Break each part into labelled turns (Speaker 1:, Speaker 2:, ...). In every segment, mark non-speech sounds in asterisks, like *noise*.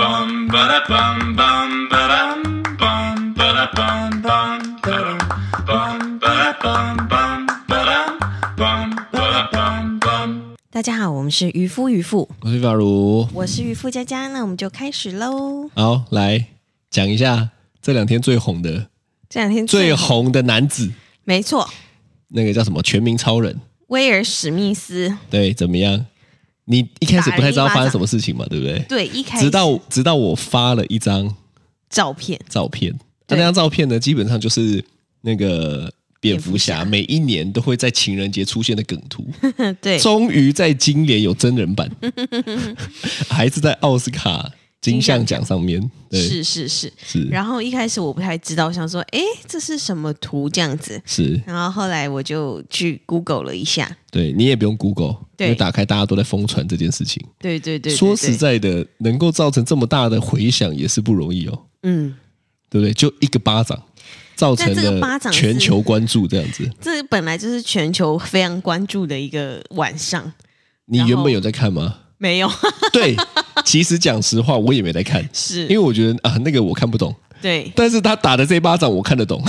Speaker 1: bum ba da bum bum ba dum bum ba da bum bum ba dum bum ba da bum bum ba dum bum ba da bum bum.
Speaker 2: 大家好，我们是渔夫渔妇，
Speaker 3: 我是法如，
Speaker 2: 我是渔夫佳佳，那我们就开始喽。
Speaker 3: 好来讲一下这两天最红的、
Speaker 2: 这两天
Speaker 3: 最红的男子，
Speaker 2: 没错，
Speaker 3: 那个叫什么“全民超人
Speaker 2: 威尔史密斯”，
Speaker 3: 对，怎么样？你一开始不太知道发生什么事情嘛，对不对？
Speaker 2: 对一开始
Speaker 3: 直到直到我发了一张
Speaker 2: 照片，
Speaker 3: 照片，啊那
Speaker 2: 对
Speaker 3: 张照片呢，基本上就是那个蝙蝠
Speaker 2: 蝙
Speaker 3: 侠
Speaker 2: 蝠侠
Speaker 3: 每一年都会在情人节出现的梗图，
Speaker 2: 嗯， *laughs* 对，
Speaker 3: 终于在今年有真
Speaker 2: *laughs*
Speaker 3: 人版，还是在奥斯卡金像奖上面，对，
Speaker 2: 是是是。
Speaker 3: 是
Speaker 2: 然后一开始我不太知道，想说，哎，这是什么图这样子？
Speaker 3: 是，
Speaker 2: 然后后来我就去 Google 了一下，
Speaker 3: 对你也不用 Google，
Speaker 2: 对
Speaker 3: 因为打开大家都在疯传这件事情。
Speaker 2: 对对对对
Speaker 3: 说实
Speaker 2: 对
Speaker 3: 在的，能够造成这么大的回响也是不容易哦，
Speaker 2: 嗯，
Speaker 3: 对不对？就一个巴掌，造成
Speaker 2: 但这个巴
Speaker 3: 了
Speaker 2: 掌是
Speaker 3: 全球关注这样子。
Speaker 2: 这本来就是全球非常关注的一个晚上，
Speaker 3: 你
Speaker 2: 然后
Speaker 3: 原本有在看吗？
Speaker 2: 没有 *laughs*
Speaker 3: 对，其实讲实话，我也没在看，因为
Speaker 2: 是，
Speaker 3: 我觉得啊，那个我看不懂。
Speaker 2: 对，
Speaker 3: 但是他打的这一巴掌我看得懂，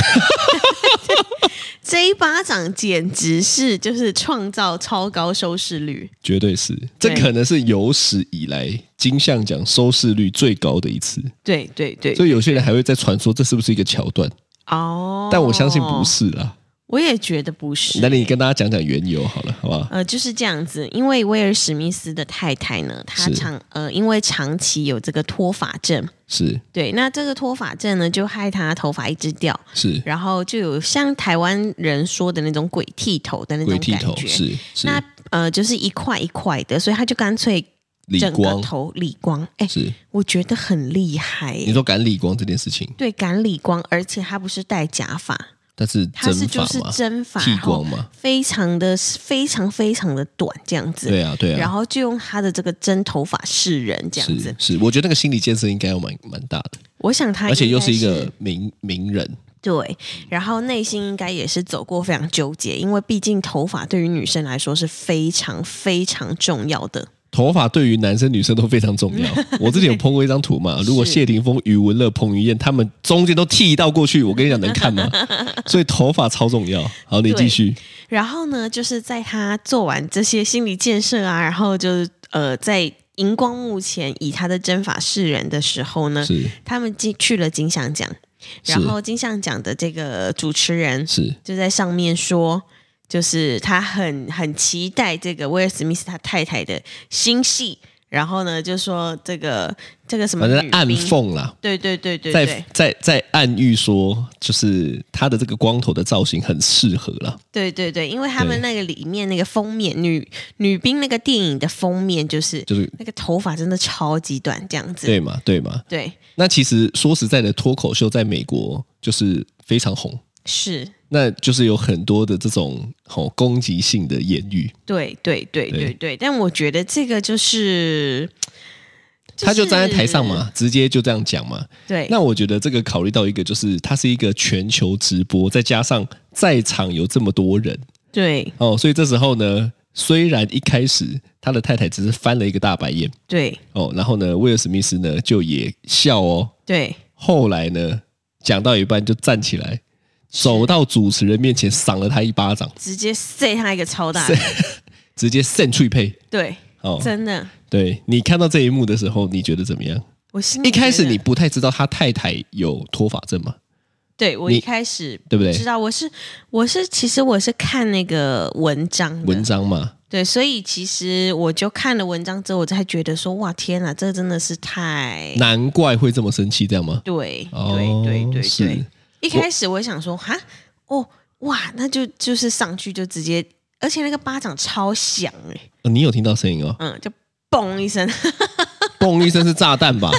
Speaker 2: 这一巴掌简直是就是创造超高收视率，
Speaker 3: 绝对是，这
Speaker 2: 对
Speaker 3: 可能是有史以来金像奖收视率最高的一次。
Speaker 2: 对对对，
Speaker 3: 所以有些人还会在传说这是不是一个桥段，
Speaker 2: 哦，
Speaker 3: 但我相信不，是啦。
Speaker 2: 我也觉得不是
Speaker 3: 那。你跟大家讲讲缘由好了，好不好？
Speaker 2: 呃，就是这样子，因为威尔史密斯的太太呢，她
Speaker 3: 是
Speaker 2: 长呃，因为长期有这个脱发症，
Speaker 3: 是
Speaker 2: 对，那这个脱发症呢，就害她头发一直掉，
Speaker 3: 是，
Speaker 2: 然后就有像台湾人说的那种鬼剃头的那种
Speaker 3: 鬼剃
Speaker 2: 感
Speaker 3: 头
Speaker 2: 觉，
Speaker 3: 是是
Speaker 2: 那呃，就是一块一块的，所以他就干脆
Speaker 3: 理
Speaker 2: 整个
Speaker 3: 光
Speaker 2: 头理光。哎，
Speaker 3: 是，
Speaker 2: 我觉得很厉害耶
Speaker 3: 你说敢理光这件事情，
Speaker 2: 对，敢理光，而且他不是戴假发，
Speaker 3: 但是
Speaker 2: 他
Speaker 3: 真
Speaker 2: 是
Speaker 3: 法
Speaker 2: 就是
Speaker 3: 嘛，
Speaker 2: 真发，
Speaker 3: 剃
Speaker 2: 然后
Speaker 3: 光嘛，
Speaker 2: 非常的非常非常的短这样子。
Speaker 3: 对啊对啊，
Speaker 2: 然后就用他的这个真头发示人，这样子
Speaker 3: 是。是，我觉得那个心理建设应该要蛮蛮大的，
Speaker 2: 我想他
Speaker 3: 而且
Speaker 2: 应
Speaker 3: 又
Speaker 2: 该
Speaker 3: 是
Speaker 2: 是
Speaker 3: 一个名名人，
Speaker 2: 对，然后内心应该也是走过非常纠结，因为毕竟头发对于女生来说是非常非常重要的。
Speaker 3: 头发对于男生女生都非常重要。我之前有碰过一张图
Speaker 2: *laughs*
Speaker 3: 嘛，如果谢霆锋、余文乐、彭于晏他们中间都剃到过去，我跟你讲能
Speaker 2: *laughs*
Speaker 3: 看吗？所以头发超重要。好，
Speaker 2: 对
Speaker 3: 你继续。
Speaker 2: 然后呢，就是在他做完这些心理建设啊，然后就是呃，在荧光幕前以他的真法示人的时候呢，
Speaker 3: 是
Speaker 2: 他们进去了金像奖，
Speaker 3: 是
Speaker 2: 然后金像奖的这个主持人
Speaker 3: 是
Speaker 2: 就在上面说。就是他很很期待这个威尔史密斯他太太的新戏，然后呢就说这个这个什么
Speaker 3: 反正
Speaker 2: 女
Speaker 3: 暗
Speaker 2: 兵，
Speaker 3: 讽啦，
Speaker 2: 对对对对
Speaker 3: 在
Speaker 2: 对
Speaker 3: 在在暗喻说，就是他的这个光头的造型很适合啦。
Speaker 2: 对对对，因为他们
Speaker 3: 对
Speaker 2: 那个里面那个封面女女兵那个电影的封面就是
Speaker 3: 就是
Speaker 2: 那个头发真的超级短这样子，
Speaker 3: 对嘛对嘛。
Speaker 2: 对
Speaker 3: 那其实说实在的，脱口秀在美国就是非常红，
Speaker 2: 是，
Speaker 3: 那就是有很多的这种吼、攻击性的言语，
Speaker 2: 对对对
Speaker 3: 对
Speaker 2: 对对，但我觉得这个就是，
Speaker 3: 他就站在台上，嘛，直接就这样讲嘛。
Speaker 2: 对，
Speaker 3: 那我觉得这个考虑到一个，就是它是一个全球直播，再加上在场有这么多人
Speaker 2: 对
Speaker 3: 哦，所以这时候呢，虽然一开始他的太太只是翻了一个大白眼
Speaker 2: 对
Speaker 3: 哦，然后呢，威尔史密斯呢就也笑哦，
Speaker 2: 对，
Speaker 3: 后来呢讲到一半就站起来，走到主持人面前赏了他一巴掌，
Speaker 2: 直接塞他一个超大的，
Speaker 3: 直接扇脆配
Speaker 2: 对，
Speaker 3: 哦。
Speaker 2: 真的，
Speaker 3: 对你看到这一幕的时候，你觉得怎么样？
Speaker 2: 我心里
Speaker 3: 一开始
Speaker 2: 觉得
Speaker 3: 你不太知道他太太有脱发症嘛，
Speaker 2: 对我
Speaker 3: 你
Speaker 2: 一开始
Speaker 3: 对不对
Speaker 2: 知道我是我是其实我是看那个文章的
Speaker 3: 文章嘛，
Speaker 2: 对，所以其实我就看了文章之后，我才觉得说，哇，天哪，这真的是太
Speaker 3: 难怪会这么生气，这样吗？
Speaker 2: 对
Speaker 3: 哦
Speaker 2: 对对对对
Speaker 3: 是。
Speaker 2: 一开始我也想说，哈，哦，哇，那就就是上去就直接，而且那个巴掌超响哎、，
Speaker 3: 哦你有听到声音哦
Speaker 2: *laughs* 嗯，就嘣一声， *laughs*
Speaker 3: 嘣一声是炸弹吧？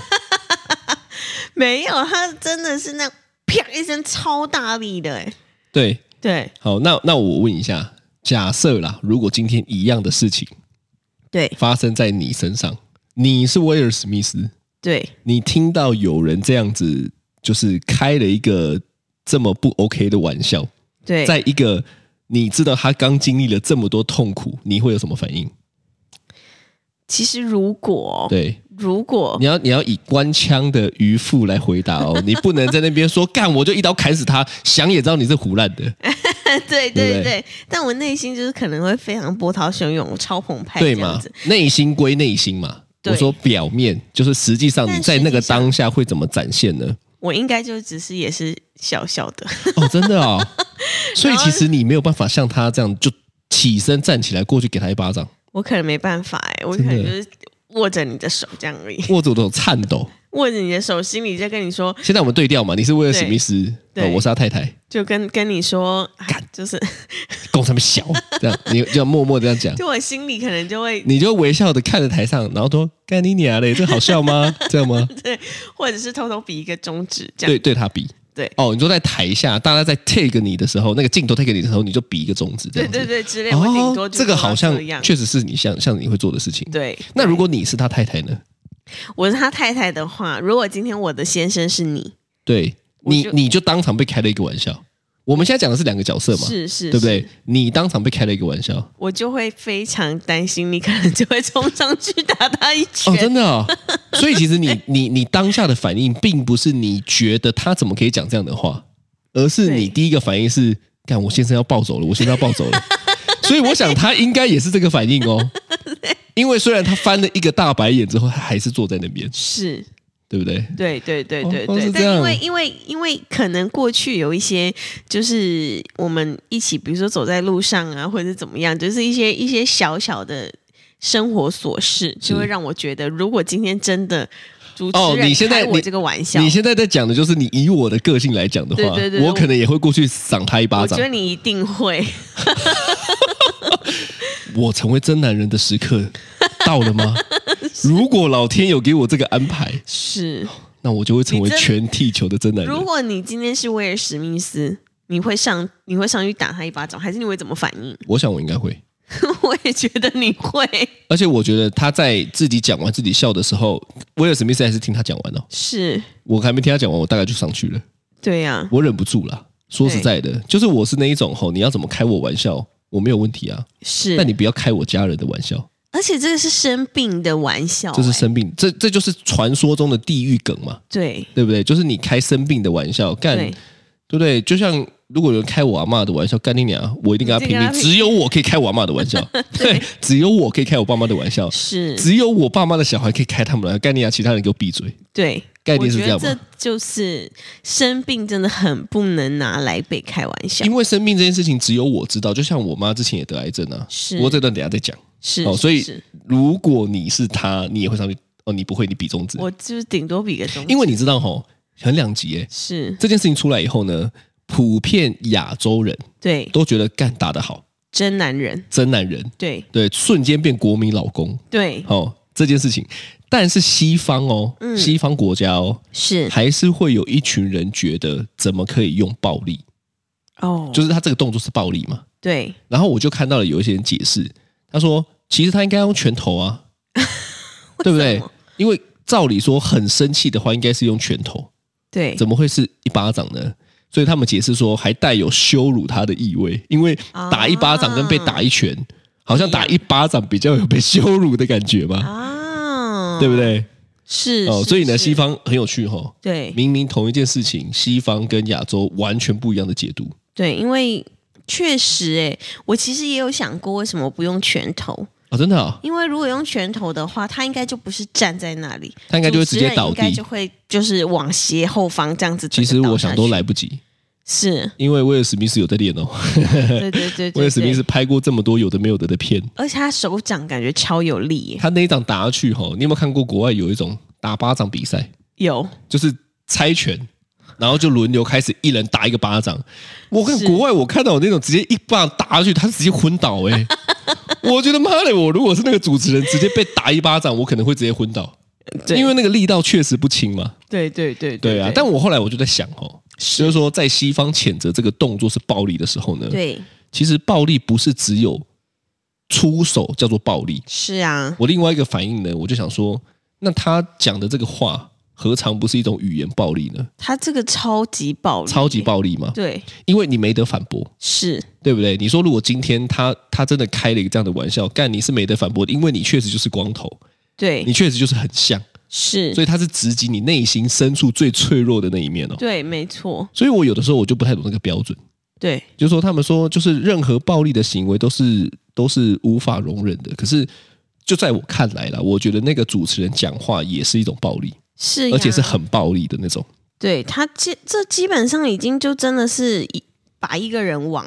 Speaker 2: 没有，他真的是那样啪一声超大力的哎、
Speaker 3: 对，
Speaker 2: 对
Speaker 3: 好，那那我问一下，假设啦，如果今天一样的事情
Speaker 2: 对
Speaker 3: 发生在你身上，你是威尔史密斯，
Speaker 2: 对，
Speaker 3: 你听到有人这样子，就是开了一个这么不 OK 的玩笑，
Speaker 2: 对，
Speaker 3: 在一个你知道他刚经历了这么多痛苦，你会有什么反应？
Speaker 2: 其实如果
Speaker 3: 对，
Speaker 2: 如果
Speaker 3: 你要你要以官腔的渔夫来回答
Speaker 2: *laughs*
Speaker 3: 哦，你不能在那边说干我就一刀砍死他，想也知道你是胡乱
Speaker 2: 哎
Speaker 3: 的，
Speaker 2: *laughs* 对
Speaker 3: 对
Speaker 2: 对
Speaker 3: 不对
Speaker 2: 对，但我内心就是可能会非常波涛汹涌、超澎湃这
Speaker 3: 对
Speaker 2: 样
Speaker 3: 嘛
Speaker 2: 子。？
Speaker 3: 内心归内心嘛。
Speaker 2: 对
Speaker 3: 我说表面就是实际上你在那个当下会怎么展现呢？
Speaker 2: 我应该就只是也是小小的，
Speaker 3: *laughs* 哦，真的
Speaker 2: *laughs*
Speaker 3: 哦，所以
Speaker 2: 然后
Speaker 3: 其实你没有办法像他这样就起身站起来过去给他一
Speaker 2: *laughs*
Speaker 3: 巴掌，
Speaker 2: 我可能没办法哎、我可
Speaker 3: 真的
Speaker 2: 能就是握着你的手这样而已， *laughs*
Speaker 3: 握着我的手颤抖。
Speaker 2: 握着你的手，心里在跟你说，
Speaker 3: 现在我们对调嘛，你是威尔史密斯，
Speaker 2: 对
Speaker 3: 哦、我是他太太，
Speaker 2: 就跟跟你说，哎就是 *laughs*，
Speaker 3: 供他们小，这样你就要默默的这样讲
Speaker 2: 就我心里可能就会，
Speaker 3: 你就微笑的看着台上，然后说干你娘嘞，这好笑吗？
Speaker 2: *laughs*
Speaker 3: 这样吗？
Speaker 2: 或者是偷偷比一个中指这
Speaker 3: 对，
Speaker 2: 样，
Speaker 3: 对他比。
Speaker 2: 对
Speaker 3: 哦，你说在台下，大家在 take 你的时候，那个镜头 take 你的时候，你就比一个中指，这
Speaker 2: 对
Speaker 3: 样子
Speaker 2: 对对之类，我顶多就
Speaker 3: 哦，这个
Speaker 2: 做到
Speaker 3: 好像
Speaker 2: 样，
Speaker 3: 确实是你像像你会做的事情。
Speaker 2: 对。
Speaker 3: 那如果你是他太太呢？
Speaker 2: 我是他太太的话，如果今天我的先生是你，
Speaker 3: 对
Speaker 2: 我
Speaker 3: 你
Speaker 2: 就，
Speaker 3: 你就当场被开了一个玩笑。我们现在讲的是两个角色嘛，
Speaker 2: 是是，
Speaker 3: 对不
Speaker 2: 是
Speaker 3: 对？你当场被开了一个玩笑，
Speaker 2: 我就会非常担心，你可能就会冲上去打他一拳。
Speaker 3: 哦，真
Speaker 2: *laughs*
Speaker 3: 的哦。所以其实你你你当下的反应，并不是你觉得他怎么可以讲这样的话，而是
Speaker 2: 对
Speaker 3: 你第一个反应是：干，我先生要暴走了，我先生要暴走了。 *laughs* 所以我想他应该也是这个
Speaker 2: *laughs*
Speaker 3: 反应哦，因为虽然他翻了一个大白眼之后，他还是坐在那边，
Speaker 2: 是，
Speaker 3: 对不对？
Speaker 2: 对对对对
Speaker 3: 哦
Speaker 2: 对。
Speaker 3: 是这
Speaker 2: 但
Speaker 3: 样哦
Speaker 2: 因为因为因为可能过去有一些，就是我们一起，比如说走在路上啊，或者是怎么样，就是一些一些小小的生活琐事，就会让我觉得，如果今天真的主
Speaker 3: 哦
Speaker 2: 持人
Speaker 3: 你现在
Speaker 2: 开我
Speaker 3: 你
Speaker 2: 这个玩笑，
Speaker 3: 你现在在讲的就是你以我的个性来讲的话，
Speaker 2: 对对对
Speaker 3: 我可能也会过去赏他一巴
Speaker 2: 我觉
Speaker 3: 掌。
Speaker 2: 得你一定会。
Speaker 3: 我成为真男人的时
Speaker 2: *laughs*
Speaker 3: 刻到了吗？如果老天有给我这个安排， *laughs*
Speaker 2: 是，
Speaker 3: 那我就会成为
Speaker 2: 你真
Speaker 3: 全地球的真男人
Speaker 2: 如。果你今天是威尔史密斯。你会上你会上去打他一巴掌，还是你会怎么反应？
Speaker 3: 我想我应该会，
Speaker 2: *laughs* 我也觉得你会
Speaker 3: 而且我觉得他在自己讲完自己笑的时候，威尔史密斯还是听他讲完了、哦
Speaker 2: 是，
Speaker 3: 我还没听他讲完，我大概就上去了，
Speaker 2: 对啊呀、
Speaker 3: 我忍不住了。说实在的，就是我是那一种吼，你要怎么开我玩笑，我没有问题啊，
Speaker 2: 是。哦
Speaker 3: 但你不要开我家人的玩笑，
Speaker 2: 而且这个是生病的玩笑、
Speaker 3: 这是
Speaker 2: 哎
Speaker 3: 生病，这这就是传说中的地狱梗嘛，
Speaker 2: 对
Speaker 3: 对不对？就是你开生病的玩笑，干
Speaker 2: 对
Speaker 3: 对不对？就像如果有人开我阿嬷的玩笑，干你娘，啊我一定跟他
Speaker 2: 你
Speaker 3: 拼
Speaker 2: 这个
Speaker 3: 命
Speaker 2: 要，拼
Speaker 3: 只有我可以开我阿嬷
Speaker 2: *laughs*
Speaker 3: 的玩笑，对，只有我可以开我爸妈的玩笑，
Speaker 2: 是，
Speaker 3: 只有我爸妈的小孩可以开他们的，干你娘，其他人给我闭嘴。
Speaker 2: 对。
Speaker 3: 概
Speaker 2: 我
Speaker 3: 念是
Speaker 2: 觉
Speaker 3: 这样
Speaker 2: 得
Speaker 3: 吗
Speaker 2: 这就是生病真的很不能拿来被开玩笑
Speaker 3: 因，为生病这件事情只有我知道，就像我妈之前也得癌症啊。
Speaker 2: 是
Speaker 3: 不过这段等一下再讲
Speaker 2: 是
Speaker 3: 哦。所以
Speaker 2: 是
Speaker 3: 如果你是她，你也会上去哦。你不会，你比中指，
Speaker 2: 我就是顶多比个中指，
Speaker 3: 因为你知道吼，很两极耶。
Speaker 2: 是
Speaker 3: 这件事情出来以后呢，普遍亚洲人
Speaker 2: 对
Speaker 3: 都觉得干打得好，
Speaker 2: 真男人，
Speaker 3: 真男人，
Speaker 2: 对
Speaker 3: 对，瞬间变国民老公
Speaker 2: 对
Speaker 3: 哦。这件事情，但是西方哦，
Speaker 2: 嗯
Speaker 3: 西方国家哦，
Speaker 2: 是
Speaker 3: 还是会有一群人觉得怎么可以用暴力，
Speaker 2: 哦，
Speaker 3: 就是他这个动作是暴力嘛。
Speaker 2: 对
Speaker 3: 然后我就看到了有一些人解释，他说其实他应该用拳头啊，对不
Speaker 2: 为
Speaker 3: 对
Speaker 2: 什么？
Speaker 3: 因为照理说很生气的话应该是用拳头，
Speaker 2: 对
Speaker 3: 怎么会是一巴掌呢？所以他们解释说还带有羞辱他的意味，因为打一巴掌跟被打一拳，
Speaker 2: 啊
Speaker 3: 好像打一巴掌比较有被羞辱的感觉嘛，
Speaker 2: 啊，
Speaker 3: 对不？对？
Speaker 2: 是
Speaker 3: 哦，
Speaker 2: 是
Speaker 3: 所以呢，
Speaker 2: 是
Speaker 3: 西方很有趣哦。
Speaker 2: 对
Speaker 3: 明明同一件事情，西方跟亚洲完全不一样的解读。
Speaker 2: 对，因为确实、欸，我其实也有想过，为什么不用拳头？
Speaker 3: 哦，真的、哦，
Speaker 2: 因为如果用拳头的话，他应该就不是站在那里，
Speaker 3: 他应该就会直接倒
Speaker 2: 主持人应该
Speaker 3: 地
Speaker 2: 就。会就是往斜后方这样子。
Speaker 3: 其实我想都，来不及，
Speaker 2: 是
Speaker 3: 因为威尔史密斯有在
Speaker 2: *laughs*
Speaker 3: 练哦，
Speaker 2: 对对对
Speaker 3: *laughs*
Speaker 2: 对对，
Speaker 3: 威尔史密斯拍过这么多有的没有的的片，
Speaker 2: 而且他手掌感觉超有力耶，
Speaker 3: 他那一掌打下去吼，你有没有看过国外有一种打巴掌比赛，
Speaker 2: 有
Speaker 3: 就是猜拳，然后就轮流开始一人打一个巴掌。我看
Speaker 2: 是
Speaker 3: 国外我看到有那种直接一巴掌打下去，他直接昏倒哎、
Speaker 2: *laughs*
Speaker 3: 我觉得妈的，我如果是那个主持人，直接被打一巴掌，我可能会直接昏倒，
Speaker 2: 对
Speaker 3: 因为那个力道确实不轻嘛。
Speaker 2: 对对对
Speaker 3: 对啊，但我后来我就在想哦，就是说在西方谴责这个动作是暴力的时候呢，
Speaker 2: 对
Speaker 3: 其实暴力不是只有出手叫做暴力。
Speaker 2: 是啊，
Speaker 3: 我另外一个反应呢，我就想说，那他讲的这个话何尝不是一种语言暴力呢？
Speaker 2: 他这个超级暴力，
Speaker 3: 超级，暴力嘛，
Speaker 2: 对，
Speaker 3: 因为你没得反驳，
Speaker 2: 是
Speaker 3: 对不对？你说如果今天他他真的开了一个这样的玩笑，干你是没得反驳的，因为你确实就是光头，
Speaker 2: 对
Speaker 3: 你确实就是很像，
Speaker 2: 是，
Speaker 3: 所以他是直击你内心深处最脆弱的那一面哦。
Speaker 2: 对，没错，
Speaker 3: 所以我有的时候我就不太懂那个标准，
Speaker 2: 对，
Speaker 3: 就是说他们说就是任何暴力的行为都是都是无法容忍的，可是。就在我看来啦，我觉得那个主持人讲话也是一种暴力，
Speaker 2: 是呀，
Speaker 3: 而且是很暴力的那种。
Speaker 2: 对他这这基本上已经就真的是一把一个人往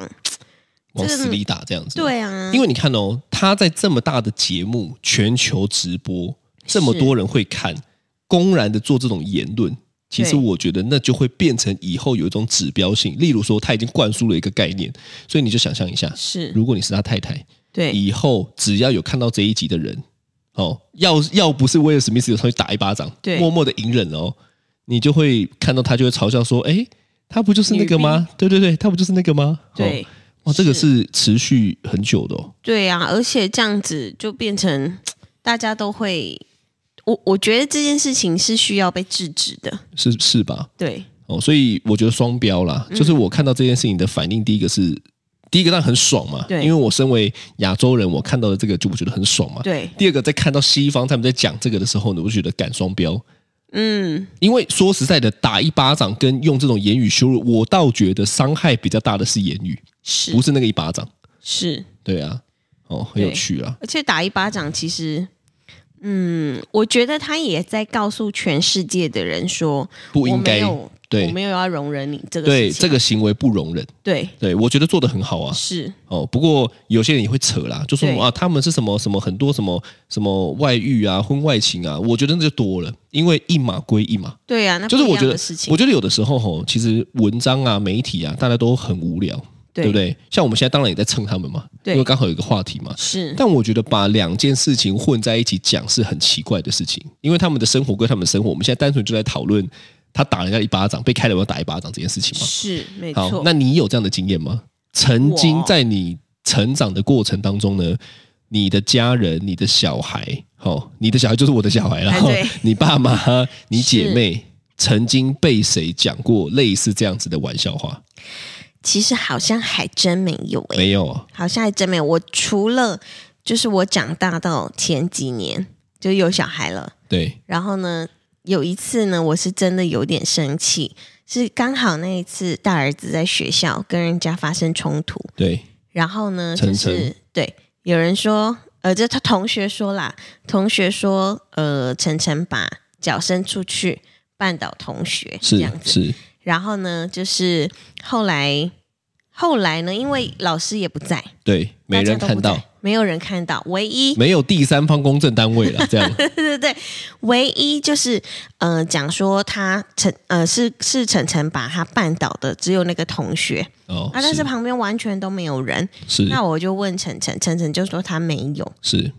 Speaker 3: 往
Speaker 2: 这个
Speaker 3: 死里打这样子。
Speaker 2: 对啊，
Speaker 3: 因
Speaker 2: 为
Speaker 3: 为你看哦，他在这么大的节目，全球直播，这么多人会看，公然的做这种言论，其实
Speaker 2: 对
Speaker 3: 我觉得那就会变成以后有一种指标性。例如说，他已经灌输了一个概念，所以你就想象一下，
Speaker 2: 是
Speaker 3: 如果你是他太太，
Speaker 2: 对
Speaker 3: 以后只要有看到这一集的人，哦，要要不是威尔史密斯有时候打一巴掌，
Speaker 2: 对
Speaker 3: 默默的隐忍哦，你就会看到他就会嘲笑说，哎。他不就是那个吗？对对对，他不就是那个吗？哦
Speaker 2: 对。
Speaker 3: 哇，这个是持续很久的哦。
Speaker 2: 对啊，而且这样子就变成大家都会，我我觉得这件事情是需要被制止的。
Speaker 3: 是是吧？
Speaker 2: 对，
Speaker 3: 哦，所以我觉得双标啦，
Speaker 2: 嗯
Speaker 3: 就是我看到这件事情的反应，第一个是第一个当然很爽嘛，
Speaker 2: 对
Speaker 3: 因为我身为亚洲人，我看到的这个就我觉得很爽嘛。
Speaker 2: 对，
Speaker 3: 第二个在看到西方他们在讲这个的时候呢，我就觉得敢双标，
Speaker 2: 嗯，
Speaker 3: 因为说实在的，打一巴掌跟用这种言语羞辱，我倒觉得伤害比较大的是言语，
Speaker 2: 是
Speaker 3: 不是那个一巴掌。
Speaker 2: 是，
Speaker 3: 对啊，哦，很有
Speaker 2: 对
Speaker 3: 趣啦。
Speaker 2: 而且打一巴掌其实。嗯，我觉得他也在告诉全世界的人说，
Speaker 3: 不应
Speaker 2: 我没
Speaker 3: 该
Speaker 2: 有，
Speaker 3: 对
Speaker 2: 我没有要容忍你这个
Speaker 3: 对
Speaker 2: 事
Speaker 3: 这
Speaker 2: 情，啊
Speaker 3: 个行为不容忍，
Speaker 2: 对，
Speaker 3: 对我觉得做的很好啊。
Speaker 2: 是，
Speaker 3: 哦，不过有些人也会扯啦，就说什么
Speaker 2: 对
Speaker 3: 啊，他们是什么什么很多什么什么外遇啊、婚外情啊，我觉得那就多了，因为一码归一码。
Speaker 2: 对啊，那
Speaker 3: 就是
Speaker 2: 不一
Speaker 3: 我
Speaker 2: 样
Speaker 3: 觉得
Speaker 2: 的事，情，
Speaker 3: 我觉得有的时候吼，其实文章啊、媒体啊，大家都很无聊，对不
Speaker 2: 对？
Speaker 3: 对？像我们现在当然也在蹭他们嘛，
Speaker 2: 对嗯
Speaker 3: 因为刚好有一个话题嘛。
Speaker 2: 是，
Speaker 3: 但我觉得把两件事情混在一起讲是很奇怪的事情，因为他们的生活归他们的生活，我们现在单纯就在讨论他打人家一巴掌，被开了我要打一巴掌这件事情嘛。
Speaker 2: 是，没
Speaker 3: 好
Speaker 2: 错，，
Speaker 3: 那你有这样的经验吗？曾经
Speaker 2: 我
Speaker 3: 在你成长的过程当中呢，你的家人、你的小孩，哦，你的小孩就是我的小孩啦，
Speaker 2: 哎
Speaker 3: 然后
Speaker 2: 对
Speaker 3: 你
Speaker 2: *laughs*
Speaker 3: 爸妈、你姐妹曾经被谁讲过类似这样子的玩笑话？
Speaker 2: 其实好像还真没有诶、
Speaker 3: 没有啊，
Speaker 2: 好像还真没有。我除了就是我长大到前几年就有小孩了，
Speaker 3: 对，
Speaker 2: 然后呢，有一次呢，我是真的有点生气，是刚好那一次大儿子在学校跟人家发生冲突，
Speaker 3: 对，
Speaker 2: 然后呢，
Speaker 3: 晨
Speaker 2: 就
Speaker 3: 晨
Speaker 2: 是对有人说，呃，这他同学说啦，同学说，呃，晨晨把脚伸出去绊倒同学，这
Speaker 3: 是
Speaker 2: 样子，
Speaker 3: 是，
Speaker 2: 然后呢，就是后来。后来呢？因为老师也不在，
Speaker 3: 对，没人
Speaker 2: 大家都
Speaker 3: 看
Speaker 2: 不在
Speaker 3: 到，，
Speaker 2: 没有人看到，唯一
Speaker 3: 没有第三方公证单
Speaker 2: *laughs*
Speaker 3: 位了，这样
Speaker 2: 对对对，唯一就是呃，讲说他晨呃是是晨晨把他绊倒的，只有那个同学
Speaker 3: 哦，
Speaker 2: 啊，但是旁边完全都没有人。
Speaker 3: 是
Speaker 2: 那我就问晨晨，晨晨就说他没有
Speaker 3: 是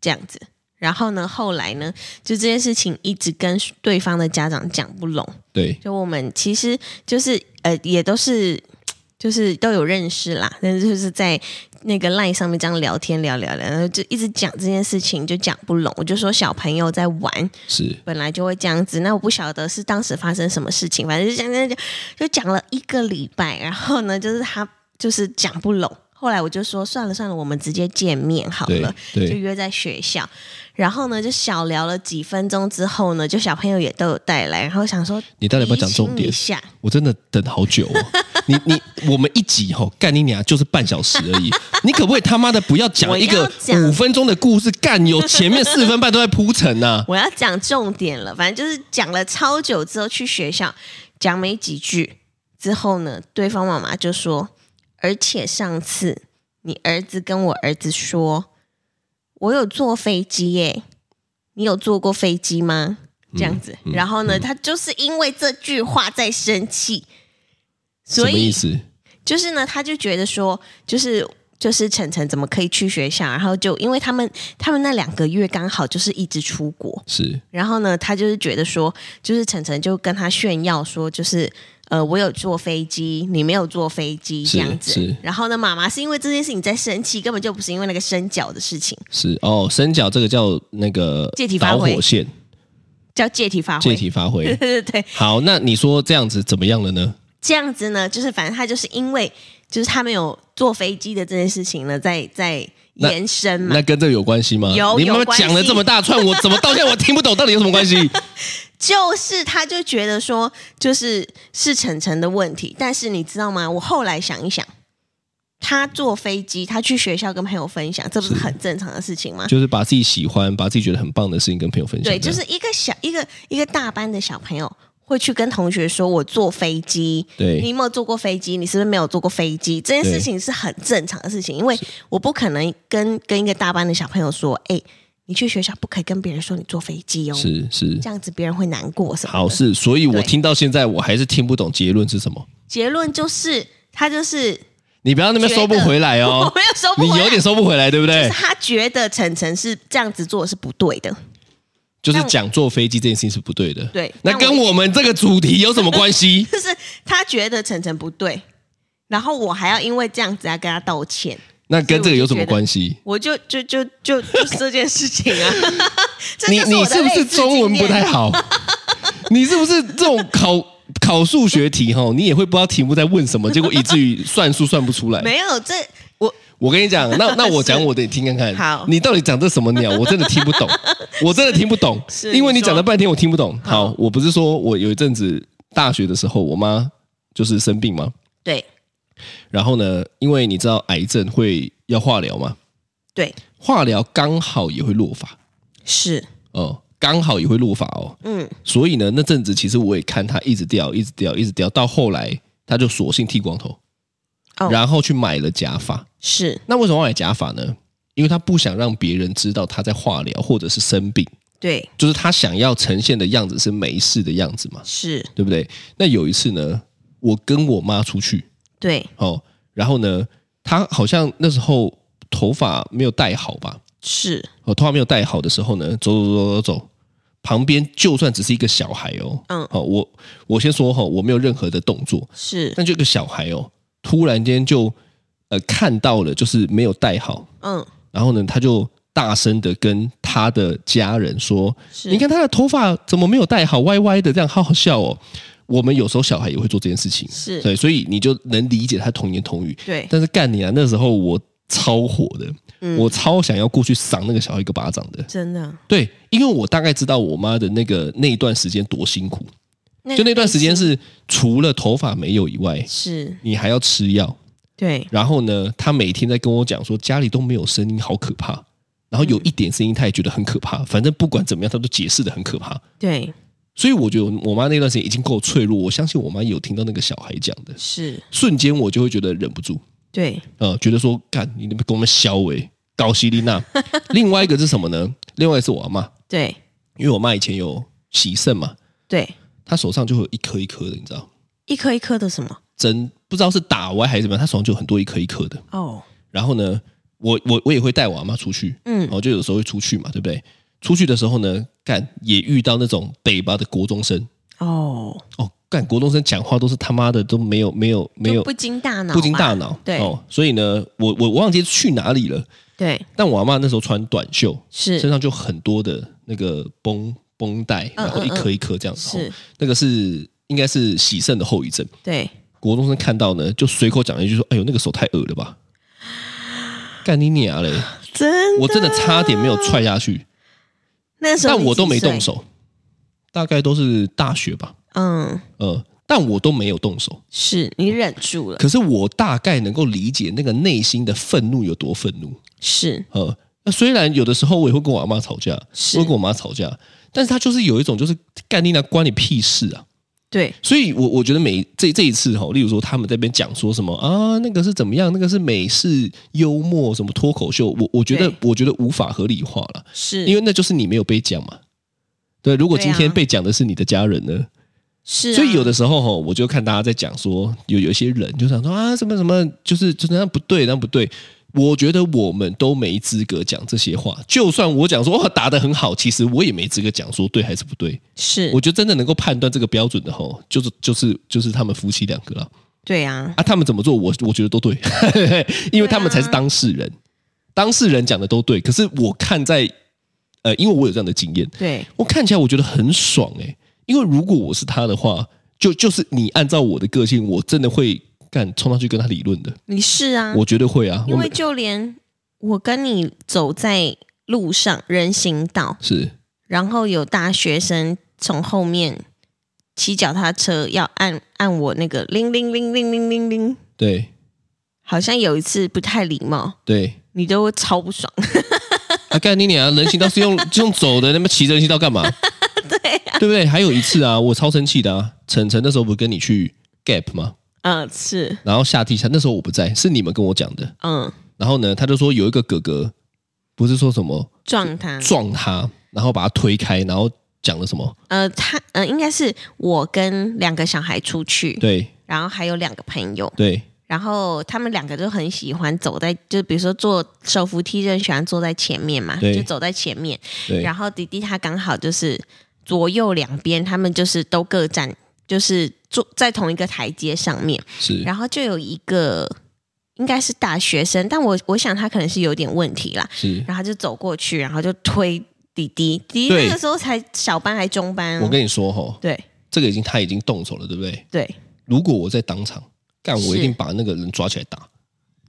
Speaker 2: 这样子。然后呢，后来呢，就这件事情一直跟对方的家长讲不拢，
Speaker 3: 对，
Speaker 2: 就我们其实就是呃也都是就是都有认识啦，但是就是在那个 line 上面这样聊天聊聊聊，然后就一直讲这件事情就讲不拢。我就说小朋友在玩，
Speaker 3: 是
Speaker 2: 本来就会这样子。那我不晓得是当时发生什么事情，反正就讲讲讲，就讲了一个礼拜。然后呢，就是他就是讲不拢。后来我就说算了算了，我们直接见面好
Speaker 3: 对
Speaker 2: 了，就
Speaker 3: 对
Speaker 2: 约在学校。然后呢，就小聊了几分钟之后呢，就小朋友也都有带来，然后想说
Speaker 3: 你到底要不要讲重
Speaker 2: 厘清
Speaker 3: 点
Speaker 2: 一？下，
Speaker 3: 我真的等好久
Speaker 2: *laughs*
Speaker 3: 哦。你你我们一集吼、干你娘就是半小时
Speaker 2: *laughs*
Speaker 3: 而已，你可不可以他妈的不要讲
Speaker 2: 我
Speaker 3: 一
Speaker 2: 要
Speaker 3: 个
Speaker 2: 讲
Speaker 3: 五分钟的故事？干有前面四分半都在铺陈啊呐、
Speaker 2: 我要讲重点了。反正就是讲了超久之后，去学校讲没几句之后呢，对方妈妈就说：“而且上次你儿子跟我儿子说，我有坐飞机耶，你有坐过飞机吗？”
Speaker 3: 嗯
Speaker 2: 这样子，然后呢，他就是因为这句话在生气，
Speaker 3: 什
Speaker 2: 所
Speaker 3: 么意
Speaker 2: 以
Speaker 3: 思？
Speaker 2: 就是呢，他就觉得说，就是就是晨晨怎么可以去学校？然后就因为他们他们那两个月刚好就是一直出国，
Speaker 3: 是
Speaker 2: 然后呢，他就是觉得说，就是晨晨就跟他炫耀说，就是呃，我有坐飞机，你没有坐飞机
Speaker 3: 是
Speaker 2: 这样
Speaker 3: 是
Speaker 2: 子。然后呢，妈妈是因为这件事情在生气，根本就不是因为那个伸脚的事情。
Speaker 3: 是哦，伸脚这个叫那个
Speaker 2: 借题发
Speaker 3: 导
Speaker 2: 挥
Speaker 3: 火线，
Speaker 2: 叫借题发挥。
Speaker 3: 借题发
Speaker 2: 对 *laughs*
Speaker 3: 挥。
Speaker 2: 对对，
Speaker 3: 好，那你说这样子怎么样了呢？
Speaker 2: 这样子呢，就是反正他就是因为就是他们有坐飞机的这件事情呢，在在
Speaker 3: 那
Speaker 2: 延伸嘛
Speaker 3: 那，跟这有关系吗？
Speaker 2: 嗯有
Speaker 3: 你
Speaker 2: 有
Speaker 3: 妈妈
Speaker 2: 关系
Speaker 3: 讲了这么大串，我怎么到现在我听不懂，到底有什么
Speaker 2: *laughs*
Speaker 3: 关系？
Speaker 2: 就是他就觉得说，就是是晨晨的问题，但是你知道吗？我后来想一想，他坐飞机，他去学校跟朋友分享，这不是很正常的事情吗？
Speaker 3: 就是把自己喜欢、把自己觉得很棒的事情跟朋友分享。
Speaker 2: 对，
Speaker 3: 这
Speaker 2: 就
Speaker 3: 样
Speaker 2: 是一个小一个一个大班的小朋友会去跟同学说：“我坐飞机。”
Speaker 3: 对
Speaker 2: 你有没有坐过飞机？你是不是没有坐过飞机？这件
Speaker 3: 对
Speaker 2: 事情是很正常的事情，因为我不可能跟跟一个大班的小朋友说：“哎、你去学校不可以跟别人说你坐飞机哦，
Speaker 3: 是是
Speaker 2: 这样子别人会难过什么的。”
Speaker 3: 好是，所以我
Speaker 2: 对
Speaker 3: 听到现在我还是听不懂结论是什么。
Speaker 2: 结论就是他就是
Speaker 3: 你不要那边收不回来
Speaker 2: *laughs* 我
Speaker 3: 哦，
Speaker 2: 没有收不
Speaker 3: 你
Speaker 2: 回来
Speaker 3: 有点收哎不回来，对不
Speaker 2: 就
Speaker 3: 对
Speaker 2: 是？他觉得晨晨是这样子做是不对的， *laughs*
Speaker 3: 就是
Speaker 2: 但我
Speaker 3: 讲坐飞机这件事情是不对的。
Speaker 2: 对
Speaker 3: 那
Speaker 2: 但？
Speaker 3: 跟我们这个主题有什么关系
Speaker 2: *laughs* 就是他觉得晨晨不对，然后我还要因为这样子来跟他道歉，
Speaker 3: 那跟这个有什么关系？
Speaker 2: 我就就就就就是这件事情
Speaker 3: *laughs*
Speaker 2: 啊， *laughs* 这
Speaker 3: 你
Speaker 2: 就是
Speaker 3: 你
Speaker 2: 我的
Speaker 3: 是不
Speaker 2: 类
Speaker 3: 是
Speaker 2: 似
Speaker 3: 中文
Speaker 2: 经验
Speaker 3: 不太好？ *laughs* 你是不是这种考考数学题哈？你也会不知道题目在问什么，结果以至于算数算不出来。
Speaker 2: 没有这我
Speaker 3: 我跟你讲，
Speaker 2: *laughs*
Speaker 3: 那那我讲我的，你听看看。
Speaker 2: 好
Speaker 3: 你到底讲这什么鸟？我真的听
Speaker 2: *laughs*
Speaker 3: 不懂，我真的听不懂，
Speaker 2: 是
Speaker 3: 因为你
Speaker 2: 你说
Speaker 3: 讲了半天我听不懂。
Speaker 2: 好
Speaker 3: 好，我不是说我有一阵子大学的时候，我妈就是生病嘛，
Speaker 2: 对
Speaker 3: 然后呢，因为你知道癌症会要化疗嘛，
Speaker 2: 对
Speaker 3: 化疗刚好也会落发
Speaker 2: 是
Speaker 3: 哦，刚好也会落发哦。
Speaker 2: 嗯
Speaker 3: 所以呢，那阵子其实我也看她一直掉，一直掉，一直掉，到后来她就索性剃光头，
Speaker 2: 哦
Speaker 3: 然后去买了假发。
Speaker 2: 是
Speaker 3: 那为什么要买假发呢？因为他不想让别人知道他在化疗或者是生病，
Speaker 2: 对
Speaker 3: 就是他想要呈现的样子是没事的样子嘛，
Speaker 2: 是
Speaker 3: 对不对？那有一次呢，我跟我妈出去
Speaker 2: 对
Speaker 3: 哦，然后呢，她好像那时候头发没有戴好吧，
Speaker 2: 是
Speaker 3: 哦，头发没有戴好的时候呢，走走走走走，旁边就算只是一个小孩哦，
Speaker 2: 嗯
Speaker 3: 哦，我我先说哈、哦，我没有任何的动作，
Speaker 2: 是
Speaker 3: 但这个小孩哦，突然间就呃看到了，就是没有戴好，
Speaker 2: 嗯
Speaker 3: 然后呢，他就大声的跟他的家人说：“
Speaker 2: 是
Speaker 3: 你看他的头发怎么没有戴好，歪歪的，这样好好笑哦。”我们有时候小孩也会做这件事情，
Speaker 2: 是
Speaker 3: 对，所以你就能理解他童言童语。
Speaker 2: 对
Speaker 3: 但是干你啊，那时候我超火的，
Speaker 2: 嗯
Speaker 3: 我超想要过去赏那个小孩一个巴掌的。
Speaker 2: 真的
Speaker 3: 对，因为我大概知道我妈的那个那一段时间多辛苦，就那段时间是除了头发没有以外，
Speaker 2: 是
Speaker 3: 你还要吃药，
Speaker 2: 对
Speaker 3: 然后呢，他每天在跟我讲说家里都没有声音，好可怕。然后有一点声音，他也觉得很可怕。反正不管怎么样，他都解释的很可怕。
Speaker 2: 对
Speaker 3: 所以我觉得我妈那段时间已经够脆弱，我相信我妈有听到那个小孩讲的，
Speaker 2: 是
Speaker 3: 瞬间我就会觉得忍不住，
Speaker 2: 对
Speaker 3: 呃，觉得说干你那边跟我们欸消委搞西丽娜。另外一个是什么呢？另外一个是我阿妈，
Speaker 2: 对
Speaker 3: 因为我妈以前有洗肾嘛，
Speaker 2: 对
Speaker 3: 她手上就会有一颗一颗的，你知道
Speaker 2: 一颗一颗的什么
Speaker 3: 针不知道是打歪还是怎么样，她手上就有很多一颗一颗的。
Speaker 2: 哦
Speaker 3: 然后呢，我我我也会带我阿妈出去，
Speaker 2: 嗯
Speaker 3: 然后就有时候会出去嘛，对不对？出去的时候呢，干也遇到那种北巴的国中生
Speaker 2: 哦
Speaker 3: 哦，干国中生讲话都是他妈的都没有没有没
Speaker 2: 就
Speaker 3: 有
Speaker 2: 不经大脑吧，
Speaker 3: 不经大脑，
Speaker 2: 对
Speaker 3: 哦，所以呢，我我我忘记去哪里了，
Speaker 2: 对，
Speaker 3: 但我阿妈那时候穿短袖，身
Speaker 2: 是
Speaker 3: 上就很多的那个绷绷带，
Speaker 2: 嗯
Speaker 3: 然后一颗一颗这样子，
Speaker 2: 是
Speaker 3: 哦，那个是应该是洗肾的后遗症。
Speaker 2: 对，
Speaker 3: 国中生看到呢，就随口讲了一句说：“哎呦，那个手太恶了吧！”干你娘嘞！
Speaker 2: 真
Speaker 3: 我真的差点没有踹下去，
Speaker 2: 那时候
Speaker 3: 但我
Speaker 2: 你
Speaker 3: 都
Speaker 2: 几
Speaker 3: 没动
Speaker 2: 岁，
Speaker 3: 手，大概都是大学吧，
Speaker 2: 嗯，
Speaker 3: 呃，但我都没有动手。
Speaker 2: 是你忍住了，
Speaker 3: 可是我大概能够理解那个内心的愤怒有多愤怒，
Speaker 2: 是
Speaker 3: 呃，那虽然有的时候我也会跟我阿妈吵架，
Speaker 2: 是
Speaker 3: 我会跟我妈吵架，但是她就是有一种就是干你那关你屁事啊！
Speaker 2: 对
Speaker 3: 所以我我觉得每这这一次哈、例如说他们在那边讲说什么啊，那个是怎么样，那个是美式幽默什么脱口秀，我我觉得我觉得无法合理化了。
Speaker 2: 是，为
Speaker 3: 因为那就是你没有被讲嘛。对，如果
Speaker 2: 对啊
Speaker 3: 今天被讲的是你的家人呢？
Speaker 2: 是啊
Speaker 3: 所以有
Speaker 2: 的
Speaker 3: 的时候哈、我就看大家在讲说，有有一些人就想说啊，什么什么，就是就那样不对，那样不对。我觉得我们都没资格讲这些话。就算我讲说哇打得很好，其实我也没资格讲说对还是不对。
Speaker 2: 是
Speaker 3: 我，觉得真的能够判断这个标准的吼，就是就是就是他们夫妻两个了
Speaker 2: 对啊，
Speaker 3: 啊，他们怎么做我我觉得都对， *laughs* 因为他们才是当事人，当事人讲的都对。可是我看在呃，因为我有这样的经验，
Speaker 2: 对，
Speaker 3: 我看起来我觉得很爽哎、因为如果我是他的话，就就是你按照我的个性，我真的会干冲上去跟他理论的，
Speaker 2: 你是啊，
Speaker 3: 我绝对会啊，
Speaker 2: 因
Speaker 3: 我
Speaker 2: 为
Speaker 3: 们
Speaker 2: 就连我跟你走在路上人行道，
Speaker 3: 是
Speaker 2: 然后有大学生从后面骑脚踏车要按按我那个铃铃铃铃铃铃铃，
Speaker 3: 对
Speaker 2: 好像有一次不太礼貌，
Speaker 3: 对。
Speaker 2: 你都超不爽。
Speaker 3: 啊，干你娘！人行道是用 *laughs* 是用走的，那么骑着人行
Speaker 2: *laughs*
Speaker 3: 道干嘛？对、对不对？还有一次啊，我超生气的啊！晨晨那时候不是跟你去 Gap 吗？呃
Speaker 2: 嗯，是，
Speaker 3: 然后下地下，那时候我不在，是你们跟我讲的。
Speaker 2: 嗯，
Speaker 3: 然后呢，他就说有一个哥哥，不是说什么
Speaker 2: 撞他，
Speaker 3: 撞他，然后把他推开，然后讲了什么？
Speaker 2: 呃，他，呃，应该是我跟两个小孩出去，
Speaker 3: 对
Speaker 2: 然后还有两个朋友，
Speaker 3: 对
Speaker 2: 然后他们两个都很喜欢走在，就比如说坐手扶梯，就很喜欢坐在前面嘛，
Speaker 3: 对
Speaker 2: 就走在前面。
Speaker 3: 对
Speaker 2: 然后弟弟他刚好就是左右两边，他们就是都各站，就是坐在同一个台阶上面。
Speaker 3: 是，
Speaker 2: 然后就有一个应该是大学生，但我我想他可能是有点问题啦，
Speaker 3: 是
Speaker 2: 然后他就走过去，然后就推弟弟，弟弟
Speaker 3: 对
Speaker 2: 那个时候才小班还中班、
Speaker 3: 我
Speaker 2: 哦，
Speaker 3: 跟你说哈、
Speaker 2: 对
Speaker 3: 这个已经他已经动手了，对不对？
Speaker 2: 对
Speaker 3: 如果我在当场干，我
Speaker 2: 是
Speaker 3: 一定把那个人抓起来打。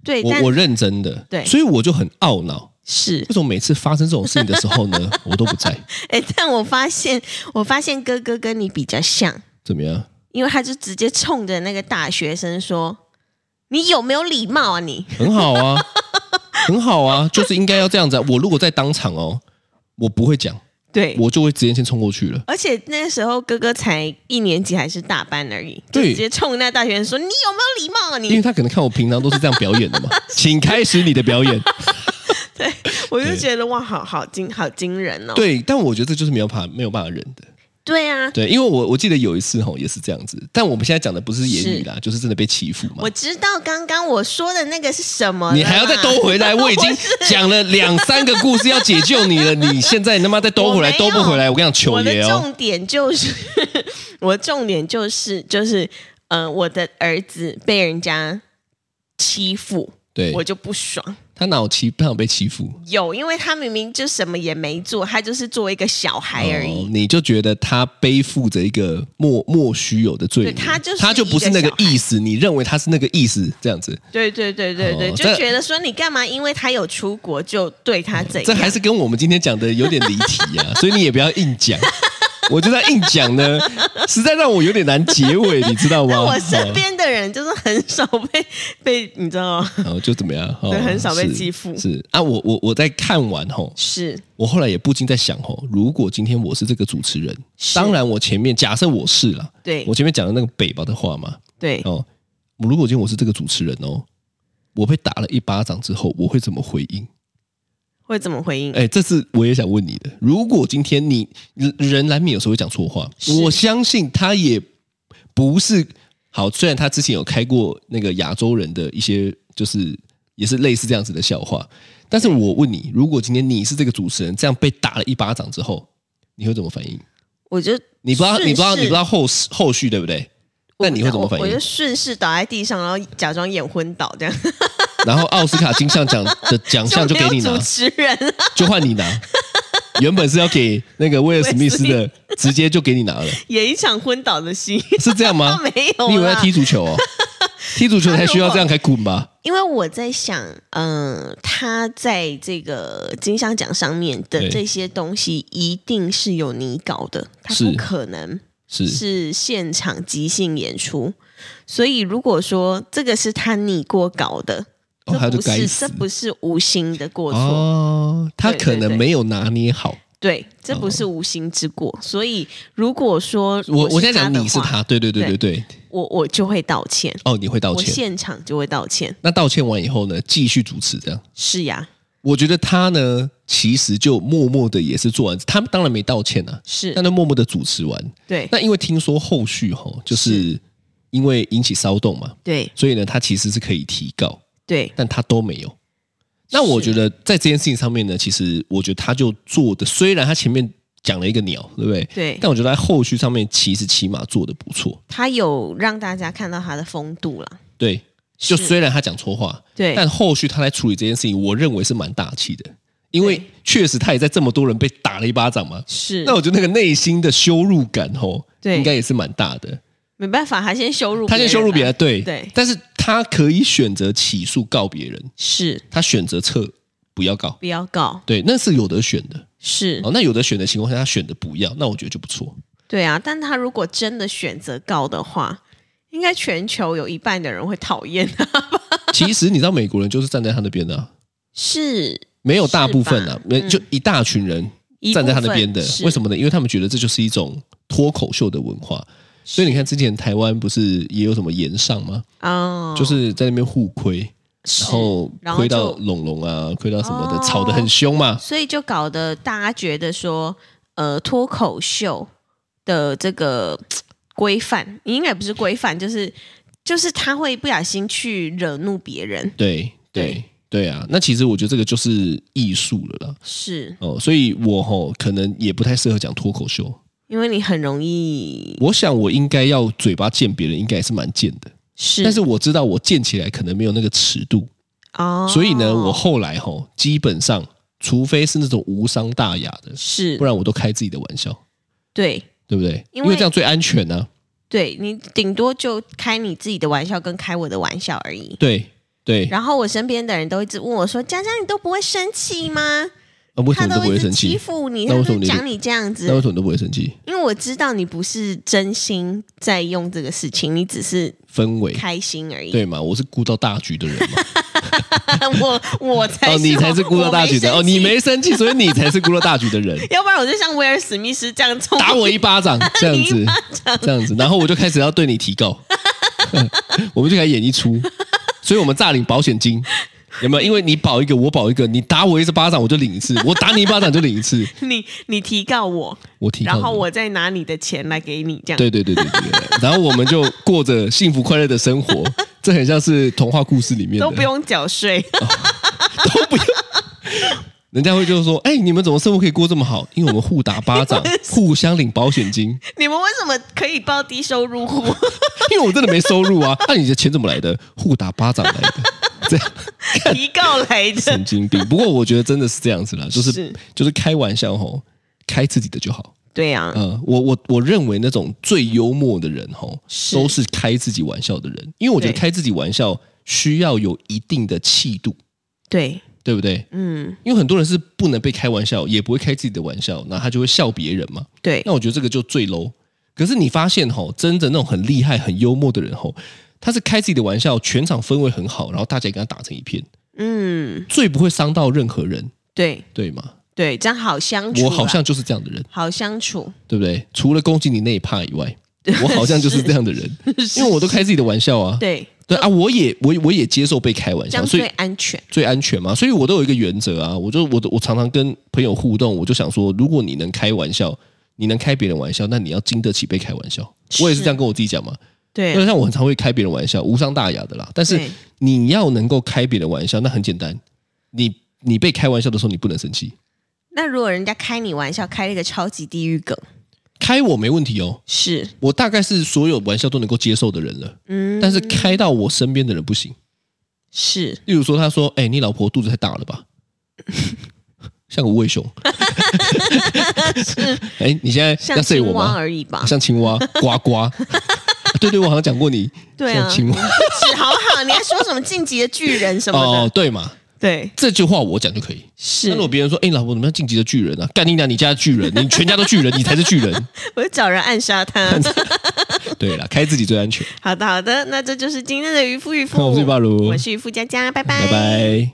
Speaker 2: 对，
Speaker 3: 我
Speaker 2: 但
Speaker 3: 我认真的，
Speaker 2: 对
Speaker 3: 所以我就很懊恼，
Speaker 2: 是
Speaker 3: 为什么每次发生这种事情的时候呢，我都不
Speaker 2: *laughs*
Speaker 3: 在？
Speaker 2: 哎、但我发现我发现哥哥跟你比较像。
Speaker 3: 怎么样？
Speaker 2: 因为他就直接冲着那个大学生说：“你有没有礼貌啊你
Speaker 3: 很好啊，很好啊，就是应该要这样子、啊。我如果在当场哦，我不会讲，？”
Speaker 2: 对，
Speaker 3: 我就会直接先冲过去了。
Speaker 2: 而且那时候哥哥才一年级还是大班而已，就
Speaker 3: 对
Speaker 2: 直接冲那大学生说：“你有没有礼貌啊
Speaker 3: 因为
Speaker 2: 你
Speaker 3: 他可能看我平常都是这样表演
Speaker 2: *laughs*
Speaker 3: 的嘛，请开始你的表演。？”
Speaker 2: 我就
Speaker 3: 对
Speaker 2: 觉得哇，好好惊，好惊人哦！
Speaker 3: 对，但我觉得这就是没有办法没有办法忍的。
Speaker 2: 对啊，
Speaker 3: 对，因为我我记得有一次吼也是这样子，但我们现在讲的不是言语啦，就是真的被欺负嘛
Speaker 2: 我。知道刚刚我说的那个是什么了啦，
Speaker 3: 你还要再兜回来，我已经讲了两三个故事要解救你了，你现在他妈再兜回来
Speaker 2: 我没
Speaker 3: 兜
Speaker 2: 有
Speaker 3: 不回来，我跟你讲，
Speaker 2: 我
Speaker 3: 求
Speaker 2: 的
Speaker 3: 爷哦，
Speaker 2: 重点就是， *laughs* 我的重点就是就是，呃，我的儿子被人家欺负，
Speaker 3: 对
Speaker 2: 我就不爽。
Speaker 3: 他哪有欺，他有被欺负
Speaker 2: 有，因为他明明就什么也没做，他就是作为一个小孩哎而
Speaker 3: 哦
Speaker 2: 已。
Speaker 3: 你就觉得他背负着一个莫莫须有的罪名，
Speaker 2: 对他就是
Speaker 3: 他就不是那个意思，你认为他是那个意思这样子，
Speaker 2: 对对对对对，
Speaker 3: 哦
Speaker 2: 就
Speaker 3: 这
Speaker 2: 觉得说你干嘛？因为他有出国就对他怎样？
Speaker 3: 这还是跟我们今天讲的有点离题啊， *laughs* 所以你也不要硬讲。我觉得硬讲呢，实在让我有点难结尾，你知道吗？
Speaker 2: 但我身边的人就是很少被被你知
Speaker 3: *laughs*
Speaker 2: 道吗？
Speaker 3: 哦，哦就怎么样？哦
Speaker 2: 对很少被
Speaker 3: 是
Speaker 2: 欺负
Speaker 3: 是啊，我我我在看完吼，
Speaker 2: 是
Speaker 3: 我后来也不禁在想吼，如果今天我是这个主持人，
Speaker 2: 是
Speaker 3: 当然我前面假设我是啦，
Speaker 2: 对
Speaker 3: 我前面讲的那个北吧的话嘛，
Speaker 2: 对
Speaker 3: 哦，如果今天我是这个主持人哦，我被打了一巴掌之后，我会怎么回应？
Speaker 2: 会怎么回应？
Speaker 3: 哎，这是我也想问你的。如果今天你人难免有时候会讲错话，
Speaker 2: 是
Speaker 3: 我相信他也不是好。虽然他之前有开过那个亚洲人的一些，就是也是类似这样子的笑话，但是我问你，如果今天你是这个主持人，这样被打了一巴掌之后，你会怎么反应？
Speaker 2: 我就
Speaker 3: 你不知道，
Speaker 2: 顺
Speaker 3: 你不知道，
Speaker 2: 势
Speaker 3: 你不知道后后续对不对？那你会怎么反
Speaker 2: 我
Speaker 3: 应
Speaker 2: 就？顺势倒在地上，然后假装眼昏倒这样，
Speaker 3: 然后奥斯卡金像奖的奖项就
Speaker 2: 没
Speaker 3: 给
Speaker 2: 有
Speaker 3: 你拿
Speaker 2: 主，持人了，
Speaker 3: 就换你拿。原本是要给那个威尔史密斯的，直接就给你拿了，
Speaker 2: 演一场昏倒的戏。？
Speaker 3: *laughs* 是这样吗
Speaker 2: *laughs* 没有啦
Speaker 3: 啊你以为要踢足
Speaker 2: *laughs*
Speaker 3: 球哦？踢足球才需要这样才滚吧？
Speaker 2: 因为我在想，嗯、他在这个金像奖上面的
Speaker 3: 对
Speaker 2: 这些东西，一定是有你搞的，他
Speaker 3: 是
Speaker 2: 不可能
Speaker 3: 是
Speaker 2: 是现场即兴演出。所以，如果说这个是他你过搞的，
Speaker 3: 哦他
Speaker 2: 这
Speaker 3: 就
Speaker 2: 不
Speaker 3: 该
Speaker 2: 是
Speaker 3: 死
Speaker 2: 这不是无心的过错，
Speaker 3: 哦，他
Speaker 2: 对对
Speaker 3: 可能
Speaker 2: 对
Speaker 3: 没有拿捏好。
Speaker 2: 对，这
Speaker 3: 哦
Speaker 2: 不是无心之过。所以，如果说我
Speaker 3: 我我现在讲你是
Speaker 2: 他的话，
Speaker 3: 他，对对对对对。
Speaker 2: 我我就会道歉，
Speaker 3: 哦，你会道
Speaker 2: 我
Speaker 3: 歉。
Speaker 2: 现场就会道歉。
Speaker 3: 那道歉完以后呢？继续主持这样。
Speaker 2: 是呀，
Speaker 3: 我觉得他呢，其实就默默的也是做完，他当然没道歉啊，
Speaker 2: 是
Speaker 3: 但他默默的主持完。
Speaker 2: 对
Speaker 3: 那因为听说后续哈、就是因为引起骚动嘛，
Speaker 2: 对
Speaker 3: 所以呢，他其实是可以提告，
Speaker 2: 对，
Speaker 3: 但他都没有。那我觉得在这件事情上面呢，其实我觉得他就做的，虽然他前面讲了一个鸟，对不对？
Speaker 2: 对
Speaker 3: 但我觉得在后续上面，其实起码做的不错。
Speaker 2: 他有让大家看到他的风度了。
Speaker 3: 对，就是虽然他讲错话，
Speaker 2: 对
Speaker 3: 但后续他来处理这件事情，我认为是蛮大气的。因为
Speaker 2: 对
Speaker 3: 确实他也在这么多人被打了一巴掌嘛。
Speaker 2: 是
Speaker 3: 那我觉得那个内心的羞辱感吼，
Speaker 2: 对
Speaker 3: 应该也是蛮大的。
Speaker 2: 没办法，他先羞辱，啊
Speaker 3: 他先羞辱别人，，对
Speaker 2: 对
Speaker 3: 但是他可以选择起诉告别人，
Speaker 2: 是
Speaker 3: 他选择撤，不要告，
Speaker 2: 不要告，
Speaker 3: 对，那是有得选的。
Speaker 2: 是
Speaker 3: 哦，那有的选的情况下，他选的不要，那我觉得就不错。
Speaker 2: 对啊。但他如果真的选择告的话，应该全球有一半的人会讨厌他吧？
Speaker 3: 其实你知道，美国人就是站在他那边的啊、
Speaker 2: 是
Speaker 3: 没有大部分啊
Speaker 2: 是吧，
Speaker 3: 没
Speaker 2: 嗯
Speaker 3: 就一大群人
Speaker 2: 一
Speaker 3: 站在他
Speaker 2: 部
Speaker 3: 那
Speaker 2: 分
Speaker 3: 边的。
Speaker 2: 是
Speaker 3: 为什么呢？因为他们觉得这就是一种脱口秀的文化。所以你看，之前台湾不是也有什么言上吗？
Speaker 2: 哦，
Speaker 3: 就是在那边互亏，
Speaker 2: 是
Speaker 3: 然后
Speaker 2: 然后
Speaker 3: 亏到
Speaker 2: 就
Speaker 3: 龙龙啊，亏到什么的，
Speaker 2: 哦
Speaker 3: 吵得很凶嘛。
Speaker 2: 所以就搞得大家觉得说，呃，脱口秀的这个规范，应该也不是规范，就是就是他会不小心去惹怒别人，
Speaker 3: 对对
Speaker 2: 对
Speaker 3: 对啊，那其实我觉得这个就是艺术了啦。
Speaker 2: 是
Speaker 3: 哦，所以我吼、可能也不太适合讲脱口秀。
Speaker 2: 因为你很容易
Speaker 3: 我想我应该要嘴巴贱别人，应该也是蛮贱的。
Speaker 2: 是，
Speaker 3: 但是我知道我贱起来可能没有那个尺度，
Speaker 2: 哦，
Speaker 3: 所以呢，我后来吼、基本上除非是那种无伤大雅的，
Speaker 2: 是
Speaker 3: 不然我都开自己的玩笑，
Speaker 2: 对
Speaker 3: 对不对？因
Speaker 2: 因为
Speaker 3: 这样最安全啊呢、
Speaker 2: 对，你顶多就开你自己的玩笑，跟开我的玩笑而已。
Speaker 3: 对对，
Speaker 2: 然后我身边的人都一直问我说：“佳佳，你都不会生气吗？
Speaker 3: 那、为什
Speaker 2: 他
Speaker 3: 么你都
Speaker 2: 都
Speaker 3: 不
Speaker 2: 一
Speaker 3: 会
Speaker 2: 直
Speaker 3: 生
Speaker 2: 欺
Speaker 3: 气？
Speaker 2: 负你，
Speaker 3: 那
Speaker 2: 他
Speaker 3: 为
Speaker 2: 都
Speaker 3: 什么你
Speaker 2: 讲你这样子。
Speaker 3: 那为什么你都不会生气？
Speaker 2: 因为我知道你不是真心在用这个事情，你只是
Speaker 3: 氛围
Speaker 2: 开心而已。
Speaker 3: 对嘛？我是顾到大局的人嘛。
Speaker 2: *laughs* 我我才
Speaker 3: 哦，你才是顾到大局的哦，你。
Speaker 2: 我
Speaker 3: 没
Speaker 2: 生气
Speaker 3: 生气，所以你才是顾到大局的人。
Speaker 2: 要不然我就像威尔史密斯这样冲
Speaker 3: 打我一巴掌，这样子，这样子，然后我就开始要对你
Speaker 2: *laughs*
Speaker 3: 提告，我们就开始演一出，所以我们诈领保险金，有没有？因为你保一个，我保一个，你打我一次巴掌，我就领一次；我打你一巴掌就领一次。
Speaker 2: *laughs* 你，你提告我，
Speaker 3: 我提告你，
Speaker 2: 然后我再拿你的钱来给你，这样
Speaker 3: 对对对对对对，然后我们就过着幸福快乐的生活，这很像是童话故事里面的，
Speaker 2: 都不用缴税。 *laughs*
Speaker 3: 都不用。人家会就说：“哎、你们怎么生活可以过这么好？因为我们互打巴
Speaker 2: *laughs*
Speaker 3: 掌，互相领保险金。
Speaker 2: 你们为什么可以报低收入
Speaker 3: *laughs*
Speaker 2: 户？
Speaker 3: 因为我真的没收入啊，那、你的钱怎么来的？互打巴掌来的，这样
Speaker 2: 提告来的
Speaker 3: 神经
Speaker 2: *laughs*
Speaker 3: 病。不过我觉得真的是这样子啦，就是
Speaker 2: 是
Speaker 3: 就是开玩笑吼，开自己的就好。
Speaker 2: 对啊，
Speaker 3: 嗯、我我我认为那种最幽默的人吼，
Speaker 2: 是
Speaker 3: 都是开自己玩笑的人，因为我觉得
Speaker 2: 对
Speaker 3: 开自己玩笑需要有一定的气度，
Speaker 2: 对，
Speaker 3: 对不对？
Speaker 2: 嗯，
Speaker 3: 因为很多人是不能被开玩笑，也不会开自己的玩笑，那他就会笑别人嘛。
Speaker 2: 对
Speaker 3: 那，我觉得这个就最 low。可是你发现吼，真的那种很厉害、很幽默的人吼，他是开自己的玩笑，全场氛围很好，然后大家也跟他打成一片，
Speaker 2: 嗯，
Speaker 3: 最不会伤到任何人，
Speaker 2: 对
Speaker 3: 对吗？
Speaker 2: 对，这样好相处啦。
Speaker 3: 我好像就是这样的人，
Speaker 2: 好相处，
Speaker 3: 对不对？除了攻击你那一趴以外，我好像 *laughs* 就是这样的人，因为我都开自己的玩笑啊。
Speaker 2: 对，
Speaker 3: 对啊，我也我我也接受被开玩
Speaker 2: 这
Speaker 3: 笑，
Speaker 2: 样
Speaker 3: 所以
Speaker 2: 最安全。
Speaker 3: 最安全嘛。所以我都有一个原则啊，我就我我常常跟朋友互动，我就想说，如果你能开玩笑，你能开别人玩笑，那你要经得起被开玩笑。我也是
Speaker 2: 是
Speaker 3: 这样跟我自己讲嘛。
Speaker 2: 对
Speaker 3: 因为像我很常会开别人玩笑，无伤大雅的啦。但是
Speaker 2: 对
Speaker 3: 你要能够开别人玩笑，那很简单。你你被开玩笑的时候，你不能生气。
Speaker 2: 那如果人家开你玩笑，开了一个超级地狱梗，
Speaker 3: 开我没问题哦，
Speaker 2: 是，
Speaker 3: 我大概是所有玩笑都能够接受的人了。
Speaker 2: 嗯，
Speaker 3: 但是开到我身边的人不行。
Speaker 2: 是，
Speaker 3: 例如说，他说：“哎、你老婆肚子太大了吧？” *laughs* 像个无尾熊。 *laughs* 哎、你现在
Speaker 2: 像
Speaker 3: 要睡
Speaker 2: 青
Speaker 3: 我
Speaker 2: 蛙
Speaker 3: 吗？
Speaker 2: 而已吧。
Speaker 3: 像青蛙，呱呱。
Speaker 2: *laughs*
Speaker 3: 啊对对，我好像讲过你。
Speaker 2: 对
Speaker 3: 像
Speaker 2: 啊，
Speaker 3: 青蛙。
Speaker 2: 是好不好？你还说什么晋级的巨人什么的？
Speaker 3: 哦，对嘛，
Speaker 2: 对，
Speaker 3: 这句话我讲就可以。
Speaker 2: 是
Speaker 3: 那如，果别人说：“哎、老婆怎么样晋级的巨人啊？干你娘，你家的巨人，你全家都巨人，你才是巨人。
Speaker 2: 我就找人暗杀
Speaker 3: *laughs*
Speaker 2: 他。”
Speaker 3: 对啦，开自己最安全。
Speaker 2: 好的，好的，那这就是今天的渔夫渔夫，
Speaker 3: 我是巴鲁
Speaker 2: 我是渔夫佳佳，拜
Speaker 3: 拜拜。